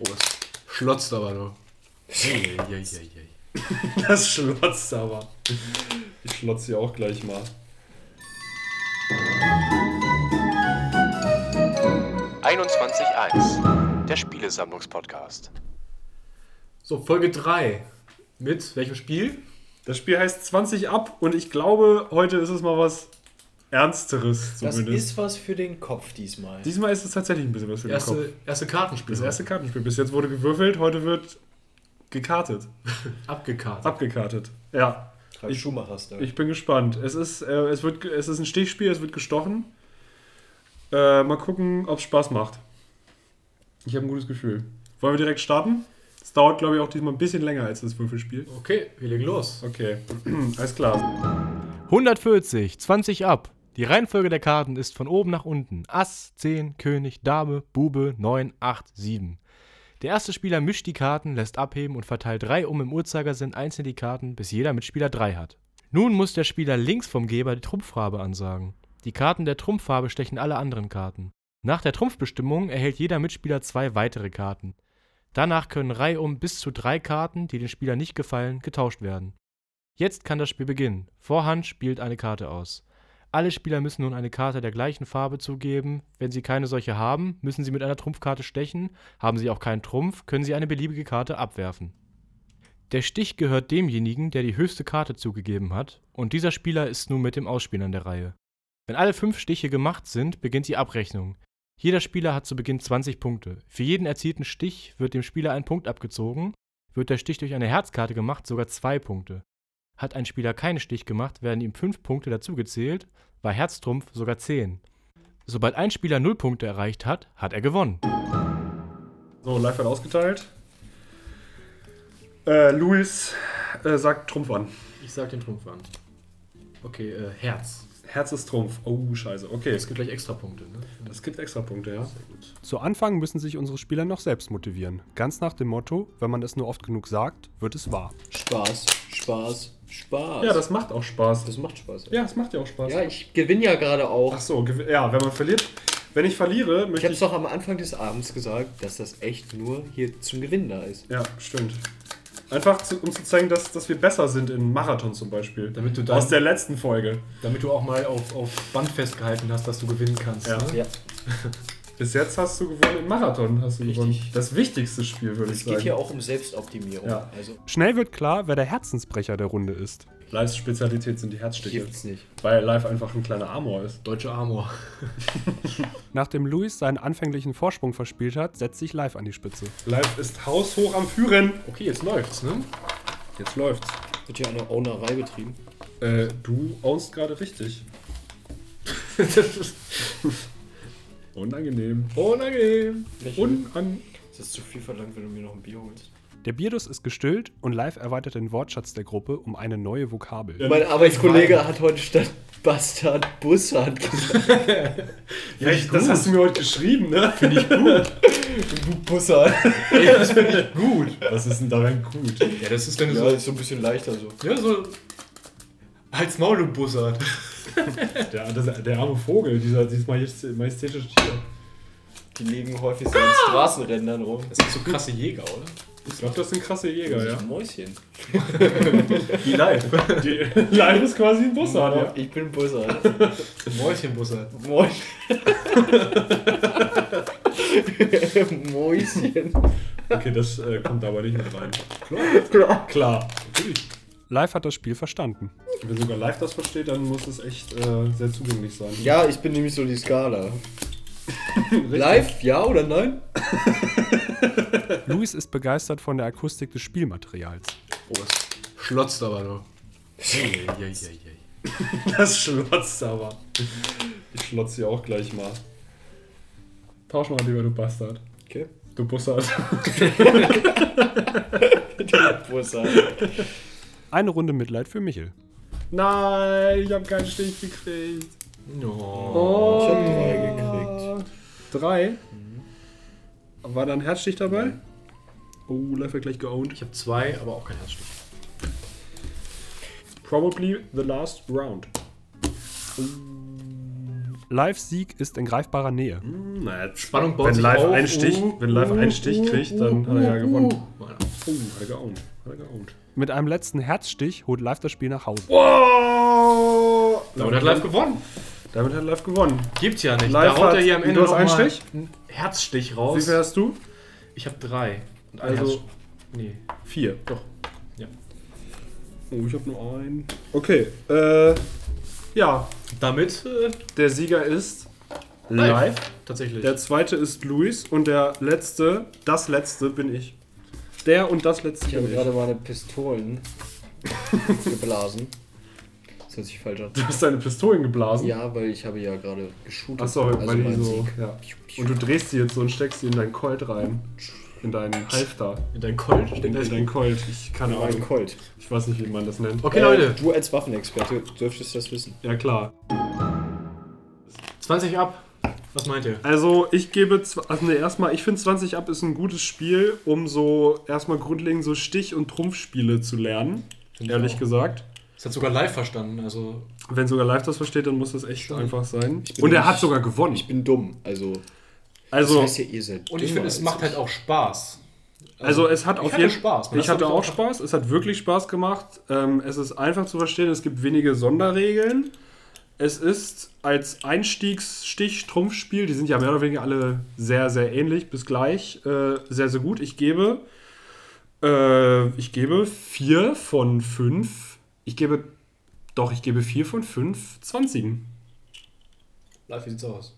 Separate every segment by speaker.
Speaker 1: Oh, das schlotzt aber noch. Eieieiei.
Speaker 2: Das schlotzt aber. Ich schlotze hier auch gleich mal.
Speaker 3: der Spielesammlungspodcast.
Speaker 1: So, Folge 3. Mit welchem Spiel?
Speaker 2: Das Spiel heißt 20 ab und ich glaube, heute ist es mal was Ernsteres
Speaker 4: Das
Speaker 2: zumindest.
Speaker 4: ist was für den Kopf diesmal.
Speaker 2: Diesmal ist es tatsächlich ein bisschen was für den Kopf.
Speaker 1: Erste, erste Kartenspiel.
Speaker 2: Das erste Kartenspiel. Bis jetzt wurde gewürfelt, heute wird gekartet.
Speaker 1: Abgekartet.
Speaker 2: Abgekartet. Ja.
Speaker 4: Ralf Schumachers da.
Speaker 2: Ich bin gespannt. Es ist, äh, es wird, ge- es ist ein Stichspiel, es wird gestochen. Äh, mal gucken, ob es Spaß macht. Ich habe ein gutes Gefühl. Wollen wir direkt starten? Es dauert, glaube ich, auch diesmal ein bisschen länger als das Würfelspiel.
Speaker 1: Okay, wir legen los.
Speaker 2: Okay, alles klar.
Speaker 5: 140, 20 ab. Die Reihenfolge der Karten ist von oben nach unten. Ass, 10, König, Dame, Bube, 9, 8, 7. Der erste Spieler mischt die Karten, lässt abheben und verteilt drei um im Uhrzeigersinn einzeln die Karten, bis jeder Mitspieler drei hat. Nun muss der Spieler links vom Geber die Trumpffarbe ansagen. Die Karten der Trumpffarbe stechen alle anderen Karten. Nach der Trumpfbestimmung erhält jeder Mitspieler zwei weitere Karten. Danach können reihum bis zu drei Karten, die dem Spieler nicht gefallen, getauscht werden. Jetzt kann das Spiel beginnen. Vorhand spielt eine Karte aus. Alle Spieler müssen nun eine Karte der gleichen Farbe zugeben. Wenn sie keine solche haben, müssen sie mit einer Trumpfkarte stechen. Haben sie auch keinen Trumpf, können sie eine beliebige Karte abwerfen. Der Stich gehört demjenigen, der die höchste Karte zugegeben hat, und dieser Spieler ist nun mit dem Ausspielen an der Reihe. Wenn alle fünf Stiche gemacht sind, beginnt die Abrechnung. Jeder Spieler hat zu Beginn 20 Punkte. Für jeden erzielten Stich wird dem Spieler ein Punkt abgezogen. Wird der Stich durch eine Herzkarte gemacht, sogar zwei Punkte. Hat ein Spieler keinen Stich gemacht, werden ihm 5 Punkte dazugezählt, bei Herztrumpf sogar 10. Sobald ein Spieler 0 Punkte erreicht hat, hat er gewonnen.
Speaker 2: So, live wird ausgeteilt. Äh, Luis äh, sagt Trumpf an.
Speaker 1: Ich sag den Trumpf an. Okay, äh, Herz.
Speaker 2: Herz ist Trumpf. Oh, scheiße. Okay,
Speaker 1: Es gibt gleich extra Punkte, ne?
Speaker 2: das gibt extra Punkte, ja.
Speaker 6: Zu Anfang müssen sich unsere Spieler noch selbst motivieren. Ganz nach dem Motto, wenn man es nur oft genug sagt, wird es wahr.
Speaker 4: Spaß, Spaß, Spaß.
Speaker 2: Ja, das macht auch Spaß. Also,
Speaker 4: das macht Spaß.
Speaker 2: Ja, es macht ja auch Spaß.
Speaker 4: Ja, ich gewinne ja gerade auch.
Speaker 2: Ach so, gew- ja, wenn man verliert. Wenn ich verliere,
Speaker 4: ich
Speaker 2: möchte
Speaker 4: habe
Speaker 2: ich.
Speaker 4: es doch am Anfang des Abends gesagt, dass das echt nur hier zum Gewinnen da ist.
Speaker 2: Ja, stimmt. Einfach, zu, um zu zeigen, dass, dass wir besser sind in Marathon zum Beispiel.
Speaker 1: Damit du dann-
Speaker 2: Aus der letzten Folge.
Speaker 1: Damit du auch mal auf, auf Band festgehalten hast, dass du gewinnen kannst.
Speaker 2: Ja.
Speaker 1: Ne?
Speaker 4: Ja,
Speaker 2: Bis jetzt hast du gewonnen im Marathon. Hast du gewonnen. Das wichtigste Spiel, würde ich
Speaker 4: es
Speaker 2: sagen.
Speaker 4: geht hier auch um Selbstoptimierung.
Speaker 2: Ja.
Speaker 4: Also
Speaker 6: Schnell wird klar, wer der Herzensbrecher der Runde ist.
Speaker 2: Lives Spezialität sind die Herzstiche.
Speaker 4: gibt's nicht.
Speaker 2: Weil Live einfach ein kleiner Amor ist.
Speaker 1: Deutsche Amor.
Speaker 6: Nachdem Luis seinen anfänglichen Vorsprung verspielt hat, setzt sich live an die Spitze.
Speaker 2: Live ist haushoch am Führen.
Speaker 1: Okay, jetzt läuft's, ne?
Speaker 2: Jetzt läuft's.
Speaker 4: Wird hier eine Ownerei betrieben.
Speaker 2: Äh, du ownst gerade richtig. Unangenehm.
Speaker 1: Unangenehm.
Speaker 2: Unan
Speaker 4: Ist das zu viel verlangt, wenn du mir noch ein Bier holst?
Speaker 6: Der Bierdus ist gestillt und live erweitert den Wortschatz der Gruppe um eine neue Vokabel.
Speaker 2: Ja.
Speaker 4: Mein Arbeitskollege hat heute statt Bastard Bussard gesagt.
Speaker 2: ja, ich, das hast du mir heute geschrieben, ne? Finde ich
Speaker 4: Du Bussard.
Speaker 2: gut. Was ist denn daran gut?
Speaker 1: Ja, das ist dann
Speaker 4: Ja, ist so ein bisschen leichter so.
Speaker 1: so. Ja, so. Als Maul, du Bussard.
Speaker 2: Der, das, der arme Vogel, dieser, dieses majestät- majestätische Tier.
Speaker 4: Die liegen häufig so
Speaker 2: Ah!
Speaker 4: an Straßenrändern rum.
Speaker 1: Das sind so krasse Jäger, oder?
Speaker 2: Ich glaube, das sind krasse Jäger, ja.
Speaker 4: Mäuschen.
Speaker 2: Die Live. Die Live ist quasi ein ne? Bussard, ja.
Speaker 4: Ich bin Bussard.
Speaker 1: Mäuschenbussard.
Speaker 4: Mäuschen. Mäuschen.
Speaker 2: Okay, das äh, kommt aber nicht mit rein.
Speaker 4: Klar.
Speaker 2: Klar. Natürlich.
Speaker 6: Live hat das Spiel verstanden.
Speaker 2: Wenn sogar Live das versteht, dann muss es echt äh, sehr zugänglich sein.
Speaker 4: Ja, ich bin nämlich so die Skala. Live, ja oder nein?
Speaker 6: Luis ist begeistert von der Akustik des Spielmaterials.
Speaker 1: Oh, das schlotzt aber noch. Eieieiei.
Speaker 2: Das schlotzt aber. Ich schlotze hier auch gleich mal. Tausch mal lieber, du Bastard.
Speaker 4: Okay.
Speaker 2: Du Bussard.
Speaker 4: Bussard.
Speaker 6: Eine Runde Mitleid für Michel.
Speaker 2: Nein, ich habe keinen Stich gekriegt.
Speaker 1: No.
Speaker 4: Ich hab drei gekriegt.
Speaker 2: Drei. War da ein Herzstich dabei? Oh, Live hat gleich geowned.
Speaker 1: Ich habe zwei, aber auch kein Herzstück.
Speaker 2: Probably the last round.
Speaker 7: Live-Sieg ist in greifbarer Nähe.
Speaker 2: Naja,
Speaker 5: Spannung baut
Speaker 2: wenn
Speaker 5: sich
Speaker 2: live
Speaker 5: auf.
Speaker 2: einen Stich,
Speaker 5: Uh,
Speaker 2: wenn live
Speaker 5: uh,
Speaker 2: einen Stich
Speaker 5: uh,
Speaker 2: kriegt,
Speaker 5: uh,
Speaker 2: dann hat er ja
Speaker 5: uh,
Speaker 2: gewonnen.
Speaker 5: uh.
Speaker 2: Oh, hat er geowned. Hat er geowned.
Speaker 7: Mit einem letzten Herzstich holt Live das Spiel nach Hause.
Speaker 2: Wow!
Speaker 5: Damit hat live gewonnen.
Speaker 2: Damit hat live gewonnen.
Speaker 5: Gibt's ja nicht.
Speaker 2: Live
Speaker 5: da haut
Speaker 2: hat-
Speaker 5: er hier am
Speaker 2: du
Speaker 5: Ende
Speaker 2: hast
Speaker 5: noch
Speaker 2: einen
Speaker 5: mal
Speaker 2: Stich?
Speaker 5: einen Herzstich
Speaker 2: Wie
Speaker 5: raus.
Speaker 2: viel hast du?
Speaker 5: Ich habe drei. Und ein
Speaker 2: Also-
Speaker 5: Herz- nee.
Speaker 2: Vier. Doch.
Speaker 5: Ja.
Speaker 2: Oh, ich habe nur einen. Okay, äh, ja.
Speaker 5: Damit äh,
Speaker 2: Der Sieger ist
Speaker 5: live.
Speaker 2: live.
Speaker 5: Tatsächlich.
Speaker 2: Der zweite ist Luis und der letzte, das letzte bin ich. Der und das letzte
Speaker 4: Ich habe
Speaker 2: bin ich.
Speaker 4: gerade meine Pistolen geblasen. Das hört sich falsch an.
Speaker 2: Du hast deine Pistolen geblasen.
Speaker 4: Ja, weil ich habe ja gerade geshootet. Also
Speaker 2: Achso, weil die
Speaker 4: mein
Speaker 2: so.
Speaker 4: Sieg.
Speaker 2: Ja. Und du drehst die jetzt so und steckst die in deinen Colt rein. In
Speaker 4: Halt.
Speaker 2: deinen Halfter.
Speaker 5: in dein Colt steckt
Speaker 2: In
Speaker 5: das-
Speaker 2: deinen Colt. Ich keine
Speaker 4: Mein
Speaker 2: Ahnung.
Speaker 4: Colt.
Speaker 2: Ich weiß nicht, wie man das nennt.
Speaker 5: Okay, Leute.
Speaker 4: Äh, du als Waffenexperte dürftest das wissen.
Speaker 2: Ja, klar.
Speaker 5: 20 ab. Was meint ihr?
Speaker 2: Also ich gebe, zw- also nee, erstmal, ich finde 20 ab ist ein gutes Spiel, um so erstmal grundlegend so Stich- und Trumpfspiele zu lernen,
Speaker 5: Find ich
Speaker 2: ehrlich
Speaker 5: auch.
Speaker 2: gesagt.
Speaker 5: Das hat sogar live verstanden. Also,
Speaker 2: Wenn sogar Live das versteht, dann muss das echt einfach sein.
Speaker 4: bin
Speaker 2: Und er
Speaker 4: nicht-
Speaker 2: hat sogar gewonnen.
Speaker 4: Ich bin dumm, also.
Speaker 2: also,
Speaker 4: das heißt ja, ihr seid
Speaker 5: und ich
Speaker 4: dümmer
Speaker 5: finde, es
Speaker 4: als
Speaker 5: macht
Speaker 4: ich.
Speaker 5: halt auch Spaß.
Speaker 2: also es hat
Speaker 5: ich
Speaker 2: auf
Speaker 5: hatte
Speaker 2: jeden
Speaker 5: Spaß. Man
Speaker 2: Ich
Speaker 5: hat's
Speaker 2: hatte
Speaker 5: auch
Speaker 2: auch
Speaker 5: gemacht.
Speaker 2: Spaß. Es hat wirklich Spaß gemacht. Ähm, es ist einfach zu verstehen. Es gibt wenige Sonderregeln. Es ist als Einstiegsstich-Trumpfspiel, die sind ja mehr oder weniger alle sehr, sehr ähnlich, bis gleich, äh, sehr, sehr gut. Ich gebe, äh, ich gebe 4 von 5. Ich gebe, doch, ich gebe 4 von 5 Zwanzigen.
Speaker 5: live, wie sieht's aus?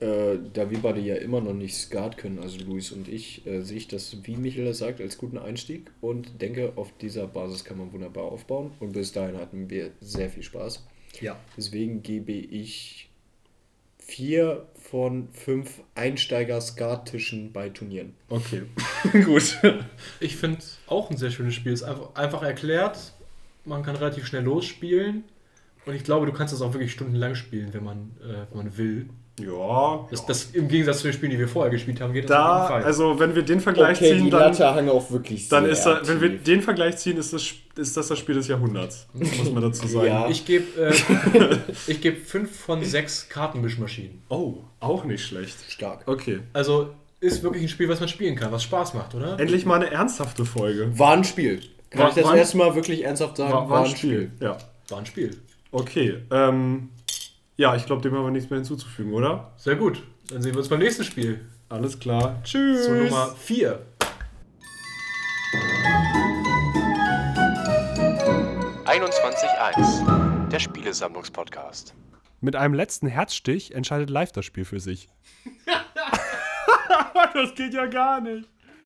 Speaker 4: Äh, da wir beide ja immer noch nicht Skat können, also Luis und ich, äh, sehe ich das, wie Michael das sagt, als guten Einstieg und denke, auf dieser Basis kann man wunderbar aufbauen. Und bis dahin hatten wir sehr viel Spaß.
Speaker 5: Ja.
Speaker 4: Deswegen gebe ich vier von fünf Einsteiger-Skat-Tischen bei Turnieren.
Speaker 2: Okay, gut.
Speaker 5: Ich finde auch ein sehr schönes Spiel. Ist einfach, einfach erklärt. Man kann relativ schnell losspielen. Und ich glaube, du kannst das auch wirklich stundenlang spielen, wenn man, äh, wenn man will.
Speaker 2: Ja.
Speaker 5: Das, das im Gegensatz zu den Spielen, die wir vorher gespielt haben, geht das
Speaker 2: Da,
Speaker 5: auf jeden Fall.
Speaker 2: also wenn wir den Vergleich ziehen, dann,
Speaker 4: hang auch wirklich
Speaker 2: Dann ist da, wenn wir den Vergleich ziehen, ist das, ist das das Spiel des Jahrhunderts. Muss man dazu sagen.
Speaker 4: Ja.
Speaker 5: ich gebe äh, ich geb 5 von 6 Kartenmischmaschinen.
Speaker 2: Oh, auch nicht schlecht.
Speaker 4: stark.
Speaker 2: Okay.
Speaker 5: Also ist wirklich ein Spiel, was man spielen kann, was Spaß macht, oder?
Speaker 2: Endlich mal eine ernsthafte Folge.
Speaker 4: War ein Spiel. Kann
Speaker 2: War-
Speaker 4: ich das
Speaker 2: war ein-
Speaker 4: erste Mal wirklich ernsthaft sagen?
Speaker 2: Ja.
Speaker 5: War ein Spiel.
Speaker 2: Okay. Ähm, ja, ich glaube, dem haben wir nichts mehr hinzuzufügen, oder?
Speaker 5: Sehr gut. Dann sehen wir uns beim nächsten Spiel.
Speaker 2: Alles klar. Tschüss.
Speaker 5: Zu Nummer 4.
Speaker 3: Der Spielesammlungspodcast.
Speaker 7: Mit einem letzten Herzstich entscheidet Live das Spiel für sich.
Speaker 2: Das geht ja gar nicht.